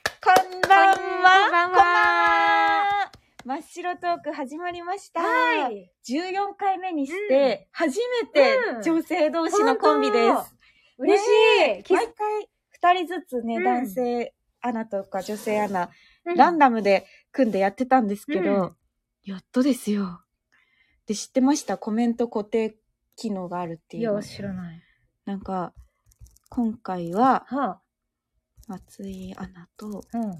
んばんは。こんばんは真っ白トーク始まりました。はい。 14回目にして、初めてうん女性同士のコンビです。本当。嬉しい。キス毎回二人ずつね、うん男性アナとか女性アナ、うんランダムで組んでやってたんですけど、うやっとですよ。で、知ってましたコメント固定機能があるっていいうのや、。知らない。なんか、今回はは松井アナとあ。うん。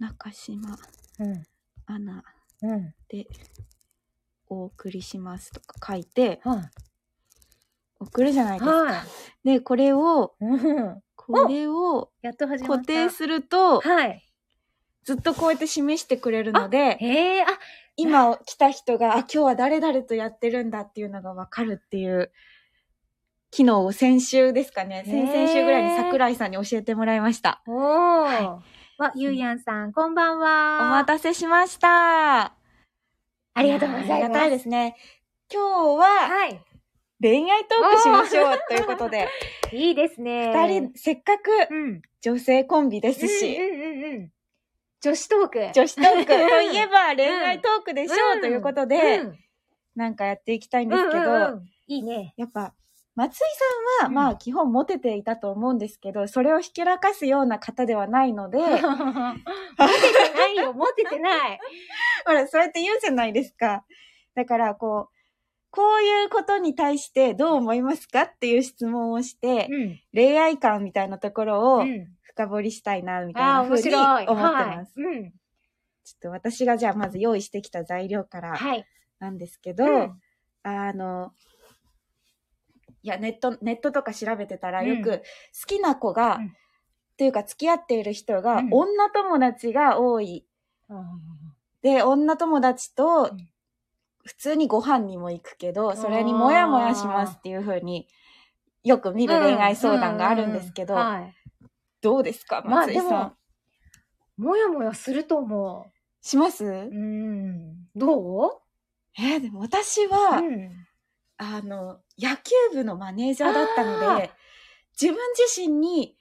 中島うん。アナうん。でお送りしますとか書いては送るじゃないであ。すか。はい。で、これを、うん。これをやっと始まった。固定すると、はい。ずっとこうやって示してくれるので、へえ、あ、今来た人が、あ、今日は誰々とやってるんだっていうのがわかるっていう、機能を先週ですかね。へー先々週ぐらいに桜井さんに教えてもらいました。おー。わ、ゆうやんさん、こんばんおは。待たせしました。ありがとうございます。ありがたいですね。今日ははい。恋愛トークしましょうということ で、いいですね。二人、せっかくうん。女性コンビですし、うんうんうんうん。女子トー ク。女子トークといえば恋愛トークでしょう、うんということで、うんなんかやっていきたいんですけど、うんうんうんいいね。やっぱ、松井さんは、うんまあ、基本モテていたと思うんですけど、それをひけらかすような方ではないので、 モテてないよ、モテてない。 ほら、そうやって言うじゃないですか。だから、こう、こういうことに対してどう思いますかっていう質問をして、うん。恋愛観みたいなところをうん深掘りしたいな、みたいあなあー、ふう面に白思ってい。ます。はい。うん。ちょっと私がじゃあまず用意してきた材料からはい。なんですけど、うんあの、いや、ネット、ネットとか調べてたらうんよく、好きな子が、うんというか付き合っている人が、うん女友達が多い。で、女友達とうん、普通にご飯にも行くけど、それにあーもやもやしますっていう風に、よく見る恋愛相談があるんですけど、うううんうんはいどうですかまあ松井さん。でももやもやすると思しますう。うん。どうえーでも私は、うん。あの、野球部のマネージャーだったのあーで、自分自身に、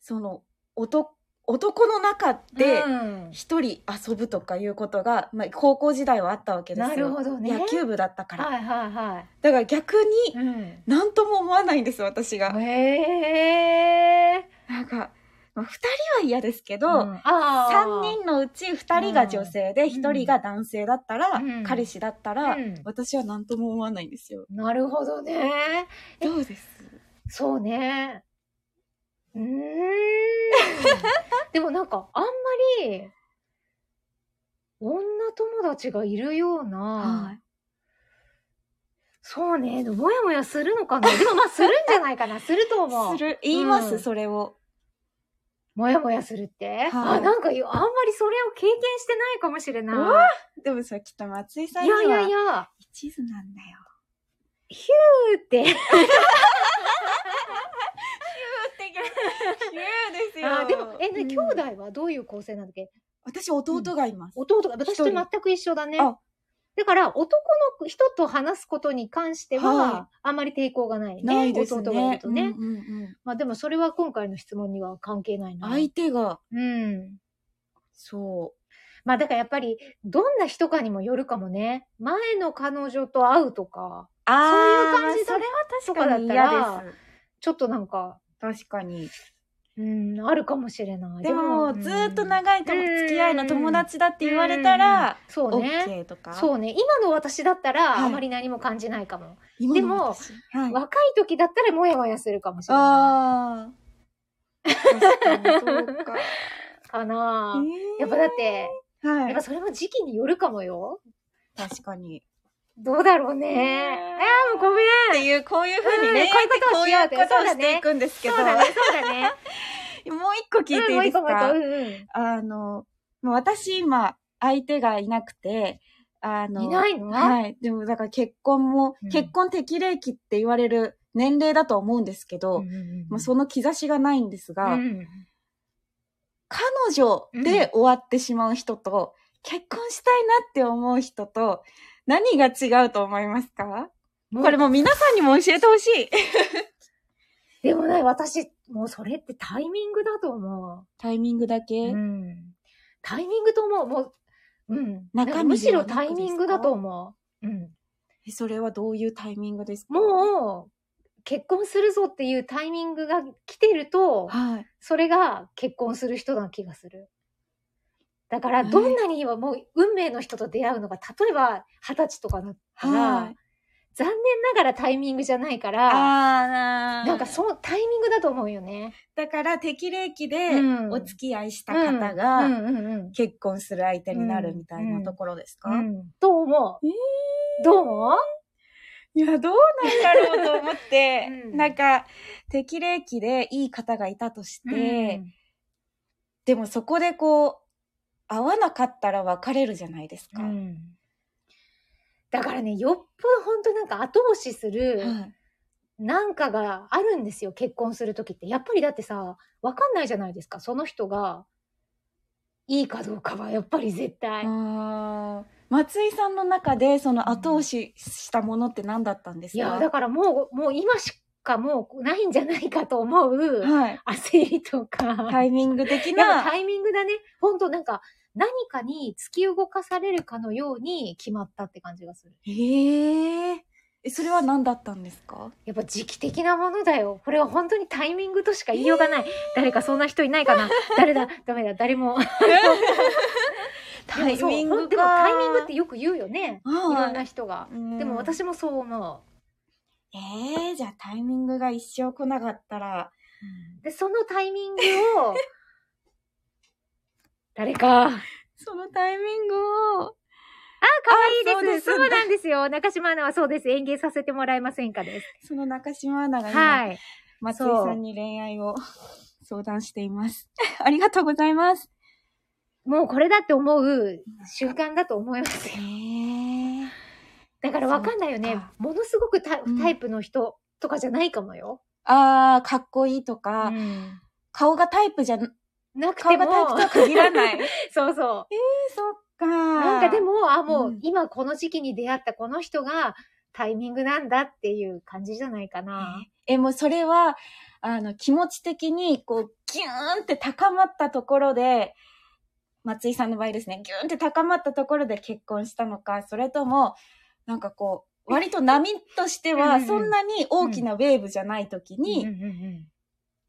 その、男、男の中でう、ん一人遊ぶとかいうことが、まあ、高校時代はあったわけですよ。なるほどね。野球部だったから。はいはいはだから逆い。に、うん。なんとも思わないんです、私が。へえ。なんか、まあ、二人は嫌ですけうど、んあ三、ー人のうち二人が女性で、ん一人が男性だったら、うん彼氏だったら、うん私はなんとも思わないんですよ。なるほどね。どうですそうね。 うーん。でもなんか、あんまり、女友達がいるような、はい。そうね、でももやもやするのかな。でもまあ、するんじゃない かな。すると思うす。る、言います、うんそれを。もやもやするって、はいあ、なんか、あんまりそれを経験してないかもしれうわなでもさ、きっと松井さんい。いにやはいやいや、一途なんだよ。ふーって。です あでも、え、ね、兄うん弟はどういう構成なんだっけ私、弟がいます。弟が、私と一人全く一緒だね。あだから、男の人と話すことに関してはは、あまり抵抗がないね。ないですね。弟がいるとね。うんうんうんまあでも、それは今回の質問には関係ないな。相手が、うん。そまあだからやっぱり、どんな人かにもよるかもね。前の彼女と会うとか、う。あーまあそそれれはは確か確にかに嫌嫌で。ですちょっとなんか、確かに。うん、あるかもしれない。でも、ずーっと長いともうん付き合いの友達だって言われたら、い、そうね。 OK とか。う。そうね。今の私だったら、はいあまり何も感じないかも。でも、はい。若い時だったら、もやもやするかもしれなああ。確かに、そう か。い。かなえーやっぱだって、はやっいぱ。それも時期によるかもよ。確かに。どうだろうね。ねえー、もうごめん。っていう、こういうふうに恋愛ってこうんこうういいううここととををしようしってていくんですけそど、うだね、そうだね。もう一個聞いていいですうんもう一個か、もう一個うんうんあの、もう私今、相手がいなくて、あの、いないのはい。でもだから結婚も、うん結婚適齢期って言われる年齢だと思うんですけど、うんうんまあ、その兆しがないんですが、うん彼女で終わってしまう人と、結婚したいなって思う人と、何が違うと思いますかこれもう皆さんにも教えてほしい。でもね、私、もうそれってタイミングだと思タイミングだう。け、うん。タイミングと思う。もう、うん。中身なんかむしろではタなくイですかミングだと思う。うん。えそれはどういうタイミングですかう、もう、結婚するぞっていうタイミングが来てると、はい。それが結婚する人な気がする。だから、はいどんなにはもう運命の人と出会うのが、例えば二十歳とかだったら、はい。残念ながらタイミングじゃないから、あーなんかそのタイミングだと思うよね。だから適齢期でうんお付き合いした方うんがうんうん結婚する相手になるみたいなところですか、うん。どう思う、えどう思ういや、どうなんだろうと思って、うんなんか適齢期でいい方がいたとして、でもそこでこう、会わなかったら別れるじゃないですうか。んうんだからね、よっぽど本当なんか後押しするはいなんかがあるんですよ、結婚するときって。やっぱりだってさ、わかんないじゃないですか、その人が。いいかどうかは、やっぱり絶あ対。ー松井さんの中でその後押ししたものって何だったんですいかや、だからもう、もう今しかもうないんじゃないかと思うはい。焦りとか。タイミング的でもな。タイミングだね。ほんとなんか、何かに突き動かされるかのように決まったって感じがする。えええ、それは何だったんですかやっぱ時期的なものだよ。これは本当にタイミングとしか言いようがない。誰かそんな人いないかな 誰だダメだ誰も。タイミンでもそうグか。でもタイミングってよく言うよね。いはいろんな人が。うんでも私もそう思ええじゃあタイミングが一生来なかったら、う。で、そのタイミング を、誰か。あ、可そのタイミングを、あ愛いですそそううですんだなんですよ。中島アナはそうです。演芸させてもらえませんかです。その中島アナが今、はい。松井さんに恋愛を相談しています。 ありがとうございます。もうこれだって思う習慣だと思いますええよ。だからわかんないよそねっか。ものすごくタイうんタイプの人とかじゃないかもよ。ああ、かっこいいとうか、ん顔がタイプじゃん、なくて顔が。もタイプとは限ら ない。えそうそう。そっか。なんかで、も、あ、もううん今この時期に出会ったこの人がタイミングなんだっていう感じじゃないかな。え、もうそれは、あの、気持ち的に、こう、ギューンって高まったところで、松井さんの場合ですね、ギューンって高まったところで結婚したのか、それとも、なんかこう、割と波としてうんは、うんそんなに大きなウェーブじゃない時に、うんうんうん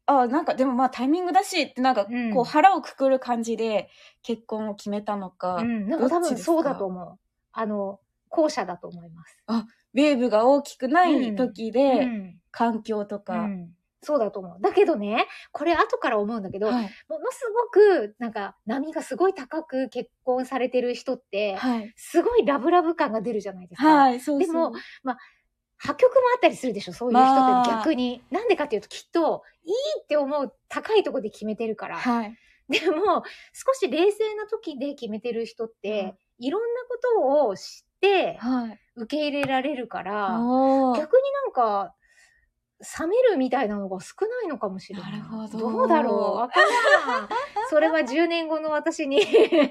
あなんかでもまあタイミングだしって、なんかうんこう腹をくくる感じで結婚を決めたのか、うウん、なんか多どっち分ですかそうだと思う。あの、後者だと思います。ェーブが大きくない時で、うん環境とうか、んそうだと思う。だけどね、これ後から思うんだけど、はい、ものすごく、なんか、波がすごい高く結婚されてる人って、はい、すごいラブラブ感が出るじゃないですか。はい、そうそう。でも、破局もあったりするでしょ、そういう人まっあて逆に。なんでかっていうと、きっと、いいって思う高いとこで決めてるから。はい、でも、少し冷静な時で決めてる人って、いろんなことを知って、はい。受け入れられるから、おー逆になんか、冷めるみたいなのが少ないのかもしれない。なるほどどうだろうわからん。 それは10年後の私に。え、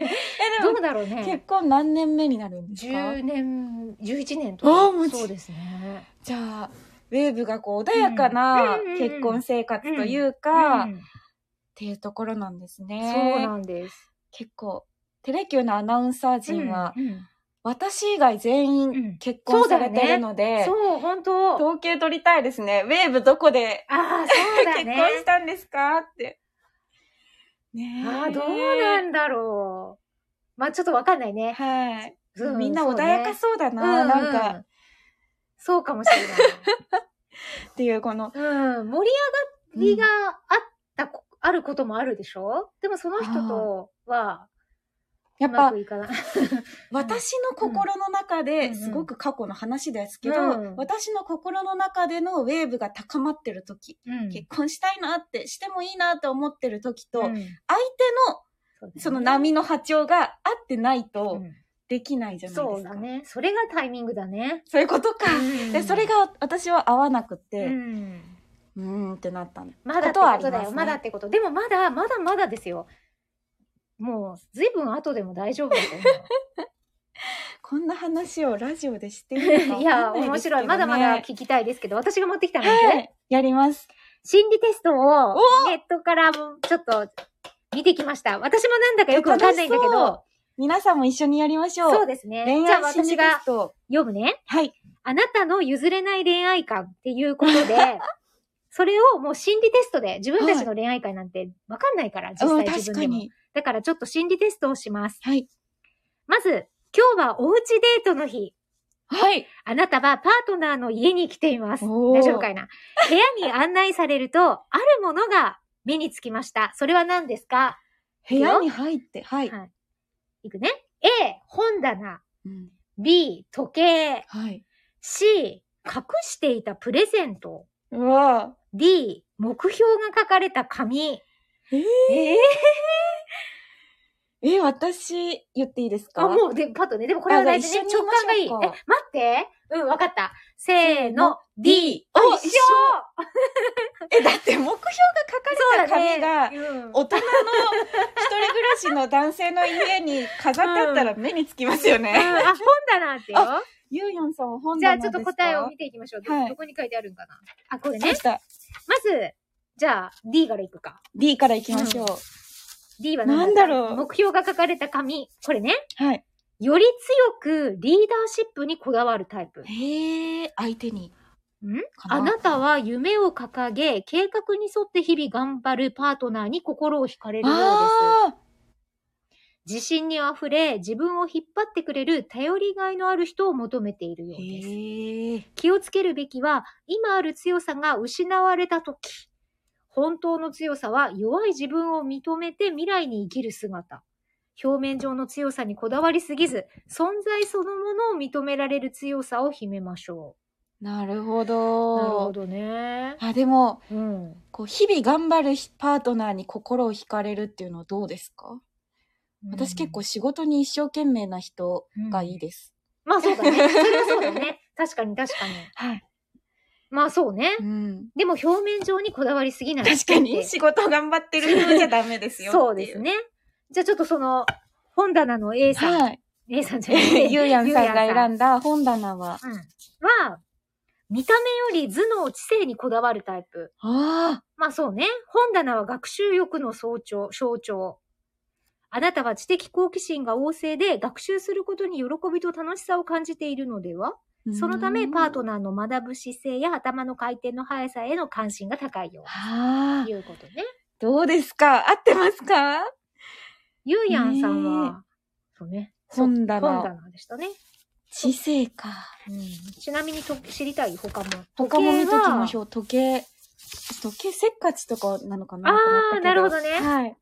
どでうも、だろうね結。婚何年目になるんですか10年、11年とあーもか。うそうですね。じゃあ、ウェーブがこう、穏やかなうんうんうんうん結婚生活というか、うっんていうところなんですね。そうなんです。結構、テレキューのアナウンサー陣は、うんうん私以外全うん員結婚されてるので、そう、本当。統計取りたいですね。ウェーブどこでああ、そうだ 結婚ね。したんですかって。ねえああ、どうなんだろう。まあ、ちょっとわかんないね。はい、うみんなそう穏ねやかそうだな、うなんか、。そうかもしれっていうこの、ない。うん、盛り上がりがあったこ、あることもあるでしょでもその人とは、やうっまぱくいかない。私の心の中うで、んすごく過去の話ですけど、うん私の心の中でのウェーブが高まってる時、うん結婚したいなって、してもいいなと思ってる時と、う相ん手のそうだねその波の波長が合ってないとうんできないじゃないでそうすか。だね。それがタイミングだね。そういうことか。 で、それが、が私は合わなくて、ううんーんってなったの。まだってことだよ。まだってこと。でもまだ、まだまだですよ。もう、ずいぶん後でも大丈夫だと思う。こんな話をラジオでしていいのか いや、わかんな面ですけ白どい。ねまだまだ聞きたいですけど、私が持ってきたので、はい。やります。心理テストをおネットからもちょっと見てきました。私もなんだかよくわかんないんだけ楽しど、皆さんも一緒にやりましょう。そうですね。恋じゃあ愛心理私テがスト。読むね。はい。あなたの譲れない恋愛観っていうことで、それをもう心理テストで、自分たちの恋愛観なんてわかんないから、実う際ん、自確分かでも。に。だからちょっと心理テストをします。はい。まず、今日はおうちデートの日。はい。あなたはパートナーの家に来ています。おー大丈夫かいな。部屋に案内されると、あるものが目につきました。それは何ですか部屋に入って、はい。はいいくね。A、本棚。うん、 B、時計。はい。 C、隠していたプレゼント。うわ D、目標が書かれた紙。えーえーぁ。え、私、言っていいですかあ、もう、で、パッとね。でもこれは大事ね。あじゃあ一緒直に言いましょう感がいい。え、か待って。うん、わかった。せーの、D D。お、お一一緒緒え、だって目標が書かれた紙が、うん大人の一人暮らしの男性の家に飾ってあったら目につきますようんね。あ、本棚ってよ。あユーヨンさんは本じゃあ棚ちでょすっかと答えを見ていきましょう。はいどこに書いてあるんかな。あ、これそねうし。た。まず、じゃあ D からいくか。 D から行きましょう。 D は何なんだろう目標が書かれた紙。これね。はい。より強くリーダーシップにこだわるタイプ。へえ、相手に。んかあなたは夢を掲げ、計画に沿って日々頑張るパートナーに心を惹かれるようです。あ自信にあふれ、自分を引っ張ってくれる頼りがいのある人を求めているよあ。うです。へえ。気をつけるべきは、今ある強さが失われた時。本当の強さは弱い自分を認めて未来に生きる姿。表面上の強さにこだわりすぎず、存在そのものを認められる強さを秘めましょなるほう。ど。なるほどね。あ、でも、うん。こう、日々頑張るパートナーに心を惹かれるっていうのはどうですか私結構仕事に一生懸命な人がいいです。うん。まあそうだね。それはそうだね。確かに確かに。はい。まあそうね。うん。でも表面上にこだわりすぎない。確かにそ仕事頑張ってる人じゃダメですよ。うです。ね。じゃあちょっとその、本棚の A さんはい。 A さんじゃない。ゆうやんさんがん選んだ本棚は。うん。は、見た目より頭脳知性にこだわるタイプ。ああ。まあそうね。本棚は学習欲の象徴、象徴。あなたは知的好奇心が旺盛で、学習することに喜びと楽しさを感じているのではそのため、パートナー。ナーの学ぶ姿勢や頭の回転の速さへの関心が高いよ。ああと。いうことね。どうですか合ってますかゆうやんさんは、そうね。本そう本棚。棚でしたね。知性か。うん、ちなみにと知りたい他も。他も見ときましょう。ょう。時計。時計せっかちとかなのかなあーと思ったけなるほどねはい。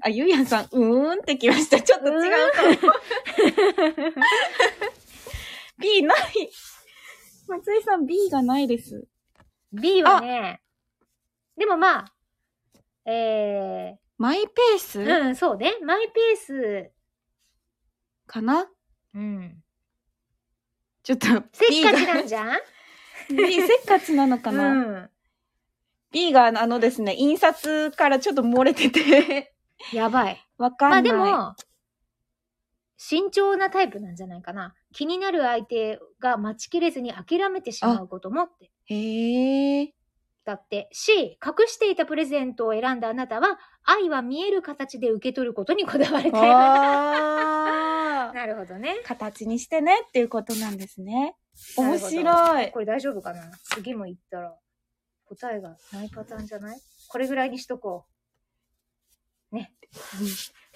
あ、ゆうやんさん、うーんってきました。ちょっと違うと思う。B ない。松井さん、B がないです。 B はね、でもまあ、えマイペース、ー、うん、そうね。マイペース、かなうん。ちょっと B が。せっかちなんじゃん B せっかちなのかな、うん。 ?B があのですね、印刷からちょっと漏れてて、やばい。 わかんなまあい。でも、慎重なタイプなんじゃないかな。気になる相手が待ちきれずに諦めてしまうこともって。へえ。だって、C、隠していたプレゼントを選んだあなたは、愛は見える形で受け取ることにこだわれていまあーす。なるほどね。 形にしてねっていうことなんですね。面な白るほどい。これ大丈夫かな次も言ったら答えがないパターンじゃないこれぐらいにしとこ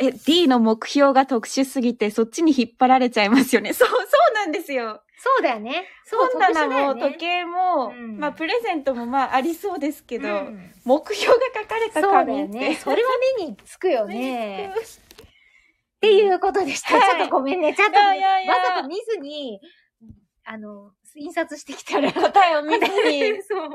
え、D の目標が特殊すぎて、そっちに引っ張られちゃいますよね。そう、そうなんですよ。う。そうだよね。そう、本棚も特殊だよね時計も、うんまあプレゼントもまあありそうですけど、うん目標が書かれそたうだ紙よって、ね。それは目につくよね。目につくっていうことでした。はいちょっとごめんね。ちゃんと、いやいやいやわざと見ずに、あの、印刷してきたら。答えを見ずに。 そう。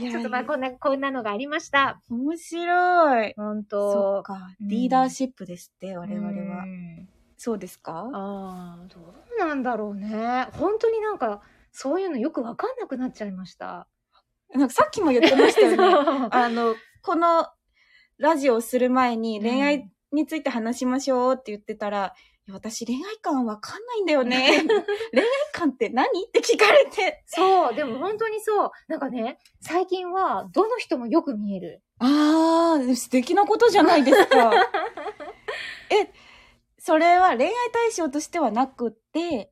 いやいやちょっとまあこんな、こんなのがありました。面白い。本そっ当か。うんリーダーシップですって、我々うは。んそうですかああ、どうなんだろうね。本当になんか、そういうのよくわかんなくなっちゃいました。なんかさっきも言ってましたよね。 そうあの、このラジオをする前にうん恋愛について話しましょうって言ってたら、いや私恋愛感わかんないんだよね。恋愛感って何って聞かれて。そう、でも本当にそう。なんかね、最近はどの人もよく見える。あー、素敵なことじゃないです か。え、それは恋愛対象としてはなくって、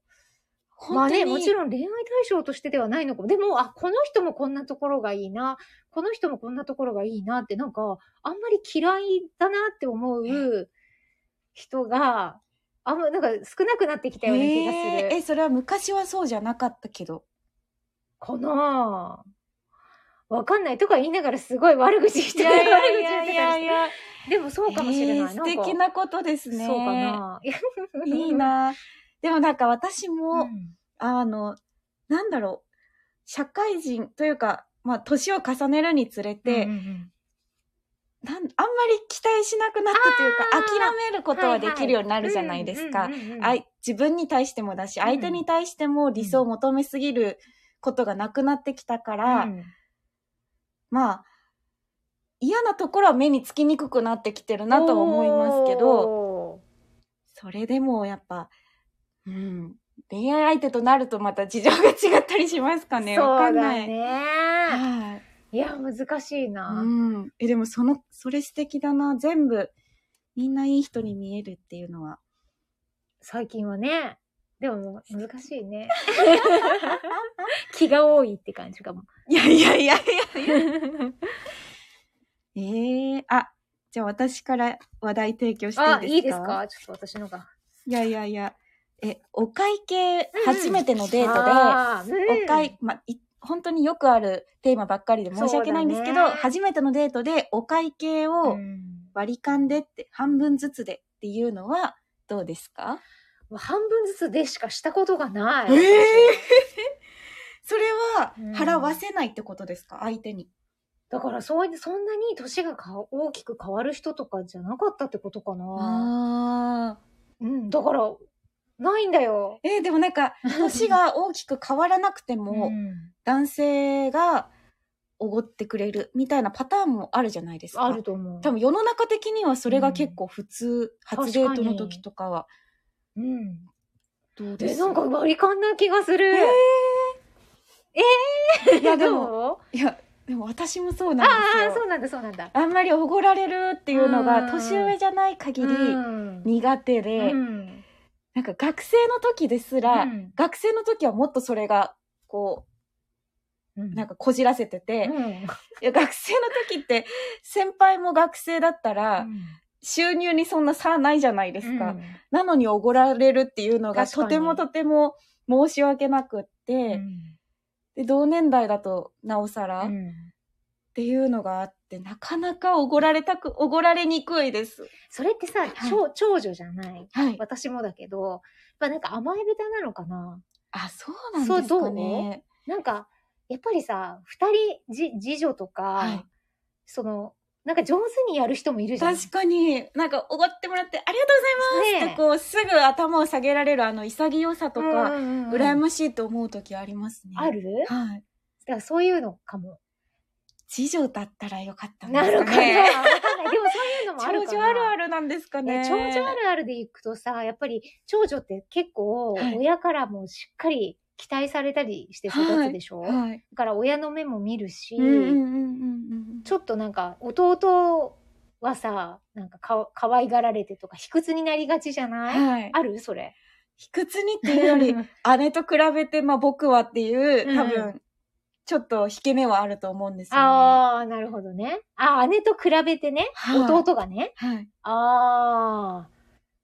ま本あ当に、ね、もちろん恋愛対象としてではないのかも。でも、あ、この人もこんなところがいいな、この人もこんなところがいいなって、なんか、あんまり嫌いだなって思う人が、あんま、なんか少なくなってきたような気へがーする。え、それは昔はそうじゃなかったけど。かなぁ。わかんないとか言いながらすごい悪口言ってたり、悪口言ってたりして。 や。でもそうかもしれない。えなーん素か敵なことですね。そうかな。 いい。な。でもなんか私も、うんあの、なんだろう、社会人というか、まあ、年を重ねるにつれて、うんうんうんなんあんまり期待しなくなったというか、あー諦めることはできるようになるじゃないですか。。あい自分に対してもだし、相手に対しても理想を求めすぎることがなくなってきたから、まあ、嫌なところは目につきにくくなってきてるなとは思いますけど、ど。それでもやっぱ、うん、恋愛相手となるとまた事情が違ったりしますかね。わかそうんだない。ね。はい。いや、難しいうな。ん。え、でもその、それ素敵だな。全部、みんないい人に見えるっていうのは。最近はね。でも、難しい ね。気が多いって感じかも。いやいやいやいや。ええあ、じゃあ私から話題提供していいですかあ、いいですかちょっと私のが。いやいやいや。え、お会計、初めてのデートで、あーうんお会、まあ、い本当によくあるテーマばっかりで申し訳ないんですけそうど、だね初めてのデートでお会計うをん割り勘でって、半分ずつでっていうのはどうですかもう半分ずつでしかしたことがない。えーそれはうん払わせないってことですか、相手に。だからそういう、そんなに年がか大きく変わる人とかじゃなかったってことかああ。な。うん、だから、ないんだよ。えーでもなん か、年が大きく変わらなくても、うん男性がおごってくれるみたいなパターンもあるじゃないですか。あると思う。多分世の中的にはそれが結構普通、初デートの時とかは。うん。どうでえ、すなんか割り勘な気がする。ええいやでもも。いや、でも私もそうあなんあで、すそよ。うなんだ、そうなんだ。あんまりおごられるっていうのうんが年上じゃない限りうん苦手で、うんなんか学生の時ですら、うん学生の時はもっとそれが、こう、なんかこじらせてて、いうんや学生の時って先輩も学生だったら、収入にそんな差ないじゃないですか。うんなのにおごられるっていうのが確かとにてもとても申し訳なくって、うんで同年代だとなおさら、うんっていうのがあって、なかなかおごられたく、おごられにくいです。それってさ、い長長女じゃないはい。私もだけど、やっぱなんか甘え下手なのかなあ、そうなんですかね。なんか、やっぱりさ、二人じ、次女とか、はいその、なんか上手にやる人もいるじゃん。確かに、なんかおごってもらってありがとうございますってねこう、すぐ頭を下げられるあの潔さとか、うんうんうん羨ましいと思う時ありますね。あるだはい。からそういうのかも。次女だったらよかったんでなするかかな。わかんないね。。でもそういうのもあ長る かな。女あるあるなんですかね。ね、長女あるあるでいくとさ、やっぱり長女って結構はい親からもしっかり期待されたりして育つでしょ、はい。だから親の目も見るし、うんうんうんうんうん。ちょっとなんか弟はさ、なんかかわ可愛がられてとか卑屈になりがちじゃない、はい。あるそれ。卑屈に っ ていうより、姉と比べて、まあ僕はっていうう、ん多分、ちょっと引け目はあると思うんですよ、ね。ああ、なるほどね。ああ、姉と比べてね、はい弟がね。はい。ああ、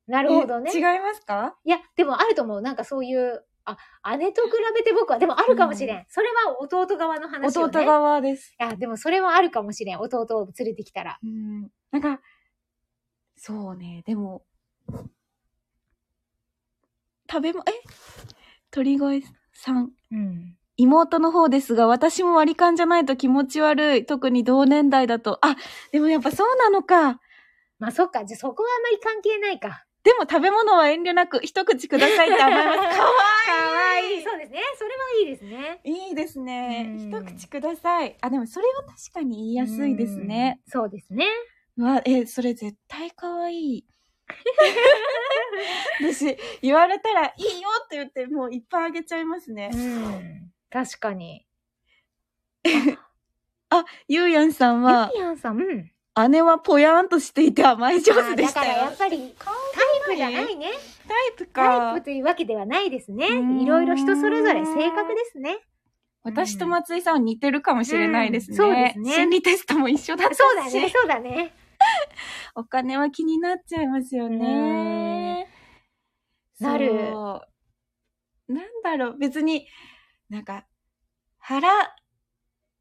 なるほどねえ違い。ますかいや、でもあると思う。なんかそういう、あ、姉と比べて僕は、でもあるかもしれん。それは弟側の話よ、弟ね。い側です。や、でもそれはあるかもしれん。弟を連れてきたら。うん。なんか、そうね、でも、食べも、え鳥越さん。うん。妹の方ですが、私も割り勘じゃないと気持ち悪い。特に同年代だと。あ、でもやっぱそうなのか。まあそっか。じゃあそこはあまり関係ないか。でも食べ物は遠慮なく一口くださいって甘 えます。かわいいそうですね。それはいいですね。いいですね。うん一口ください。あ、でもそれは確かに言いやすいですね。うん。そうですね。うわ、え、それ絶対可愛い。 私、言われたらいいよって言って、もういっぱいあげちゃいますね。うん。確かに。ゆうやんさんゆは、りやんさん、うん。姉はぽやんとしていて甘え上手でしたあーだからやよっ。ぱり、タイプじゃないね。タイプタかイプ。というわけではないですね。うんいろいろ人それぞれ性格ですね。私と松井さんは似てるかもしれないですね。うんそうですね心理テストも一緒だったし。そうだね、そうだね。お金は気になっちゃいますよね。うんなるそう。なんだろう、別に、なんか、払っ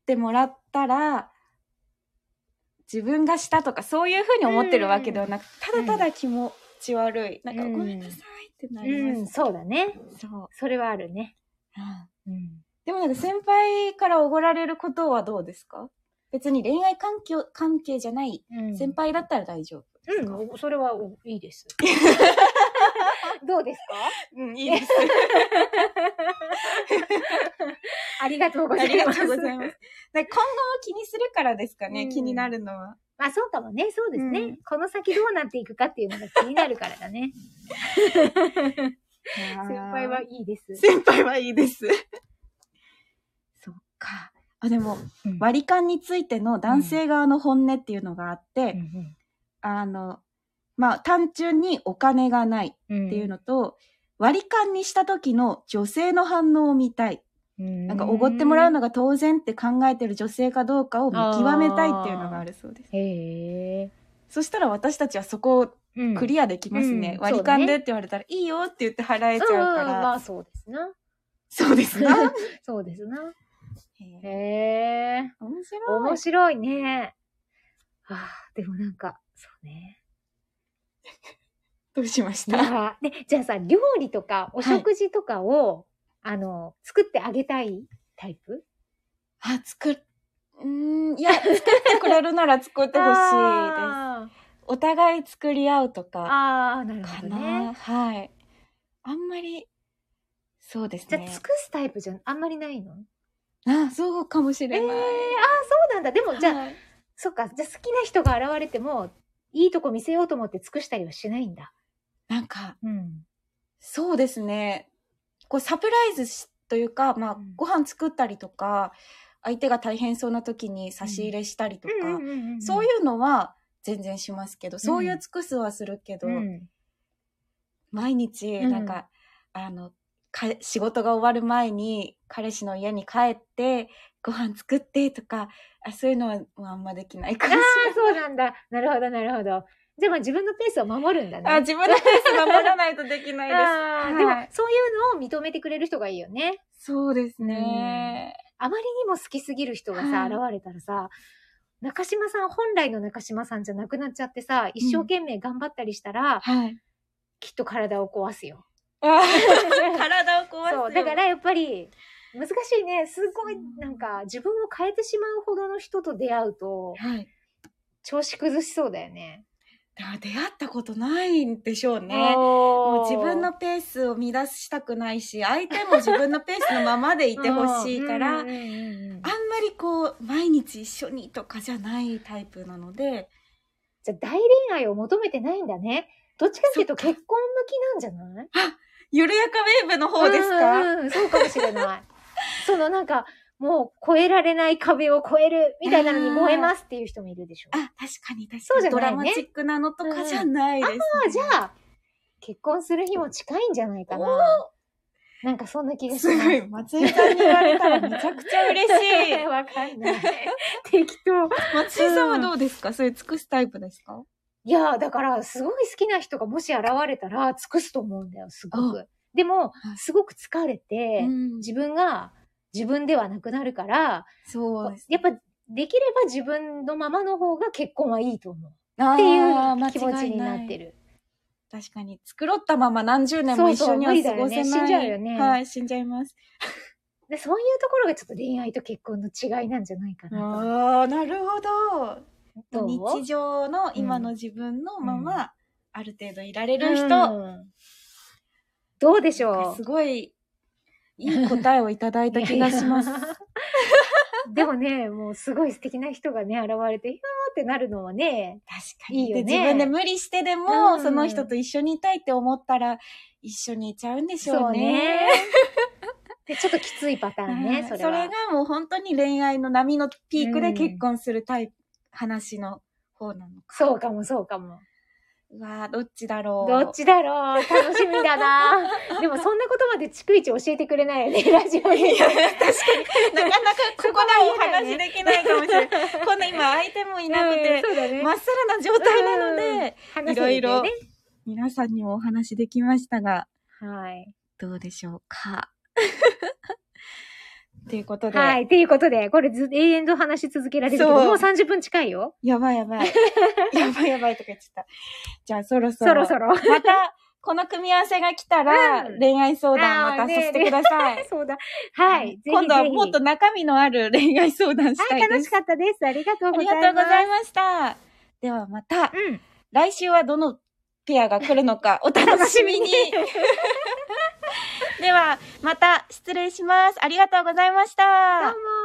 てもらったら、自分がしたとか、そういうふうに思ってるわけではなく、うんただただ気持ち悪い。なんか、うんごめんなさいってなりうまん、す。そうだね。そう。それはあるね。うんうん。でもなんか、先輩からおごられることはどうですか別に恋愛関係関係じゃない先輩だったら大丈夫ですか。うん、それはおいいです。 どうですかうん、いいです。ありがとうござあいりがまとす。うござ います。だから今後も気にするからですかね、うん気になるのは。ま あそうかもね、そうですね、うんこの先どうなっていくかっていうのが気になるから だね。先先輩はいいです。先輩はいいです。 そっか。あ、でも、うん割り勘についての男性側の本音っていうのがあって、うんあの、まあ、単純にお金がないうんっていうのと、割り勘にした時の女性の反応を見たい。うんなんか、おごってもらうのが当然って考えてる女性かどうかを見極めたいっていうのがあるそうです。へえ。そしたら私たちはそこをクアリアできますね。うん割り勘でって言われたら、いいよって言って払えちゃうから。まあそうで すな。そうですな。そうですな。へえへえ。面白い。面白いね。ああ、でもなんか、そうね。どうしましい たやーで、じゃあさ、料理とかお食事とかを、あの、作ってあげたいタイプあ、作る。うー ん、いや、作ってくれるなら作ってほしいです。あ お互い作り合うとーか、あー、なるかほどな、ね。はい。あんまり、そうですじゃあ、ね尽。くすタイプじゃあんまりないのあ、そうかもしええれー、あーない。そうなんだ。でも、じゃあ、はいそっか、じゃあ好きな人が現れても、いいとこ見せようと思って尽くしたりはしないんだ。なんか、うん。そうですね。こうサプライズしというか、まあうん、ご飯作ったりとか、相手が大変そうな時に差し入れしたりとか、そういううのは全然しますけど、そういう尽くすはするけど、うん毎日、なんか、あの、か仕事が終わる前に彼氏の家に帰ってご飯作ってとかあそういうのはまああんまできないかあもしれあ、そうなんだ。なるほど、なるほど。じゃあ、まあ自分のペースを守るんだね。ないあ自分のペース守らないとできない です。あーではもい、そういうのを認めてくれる人がいいよね。そうですね。あまりにも好きすぎる人がはさ、い現れたらさ、中島さん、本来の中島さんじゃなくなっちゃってさ、一生懸命頑張ったりしたら、はい。きっと体を壊すよ。あー 体を壊すよそう、だからやっぱり、難しいね。すごい、なんか、自分を変えてしまうほどの人と出会うと、はい。調子崩しそうだよね。だから出会ったことないんでしょうね。ももう自分のペースを乱したくないし、相手も自分のペースのままでいてほしいから、あうまんんうんうんうんりこう、毎日一緒にとかじゃないタイプなので、じゃあ大恋愛を求めてないんだね。どっちかっていうとそっか結婚向きなんじゃない緩やかウェーブの方ですか、んんそうかもしれ ない。そのなんか、もう越えられない壁を越えるみたいなのに燃えますっていう人もいるでしょ。あ、確かに確かに。そうじゃないねドラマチックなのとかじゃないです、ねあじゃあ、結婚する日も近いんじゃないかな。なんかそんな気がしすごます。い、松井さんに言われたらめちゃくちゃ嬉しい。 わかんない。適当。松井さんはどうですかそういう尽くすタイプですかいやーだから、すごい好きな人がもし現れたら、尽くすと思うんだよ、すごく。でも、すごく疲れて、ん自分が自分ではなくなるから、そうですねやっぱできれば自分のままの方が結婚はいいと思うっっていう気持ちになってる。る。確かに。作ろったまま何十年も一緒には過ごせない。そうそう無理だよね死んじゃうよねはい、死んじゃいます。でそういうところがちょっと恋愛と結婚の違いなんじゃないかなああ、なるほと。ど。どう日常の今の自分のまま、うんある程度いられる人、うんどうでしなんかょすごい、いい答えをいただいうた気がします。いやいやでもね、もうすごい素敵な人がね、現れて、いやーってなるのはね、確かいに。いよねで自分で無理してでも、うんその人と一緒にいたいって思ったら、一緒にいちゃうんでしょうね。。でちょっときついパターンうねん、それそれはが。もう本当に恋愛の波のピークうでん結婚するタイプ、話の方なのか。そうかも、そうかも。うわあどっちだろう。どっちだろう楽しみ だなでもそんなことまで逐一教えてくれないよね、 ラジオに。いや確かになかなかここでお話できないかもしれ ない。こんな今相手もいなくうんて、そうだね。まっさらな状態なので、話せるんだよね。皆さんにもお話できましたが、はい。どうでしょうか。 ということで、はい。ということで、これず永遠と話し続けられるけど、そうもう30分近いよ。やばいやば い。やばいやばいとか言っちゃった。じゃあそろそそろ。ろそろ。また、この組み合わせが来たら、うん恋愛相談またさせてください。そうだ。はい。ぜひぜひ今度はもっと中身のある恋愛相談したはいでい、す。楽しかったです。ありがとうあござりいます。がとうございました。ではまた、うん。来週はどのペアが来るの か、お楽しみに。 では、また失礼します。ありがとうございました。どうも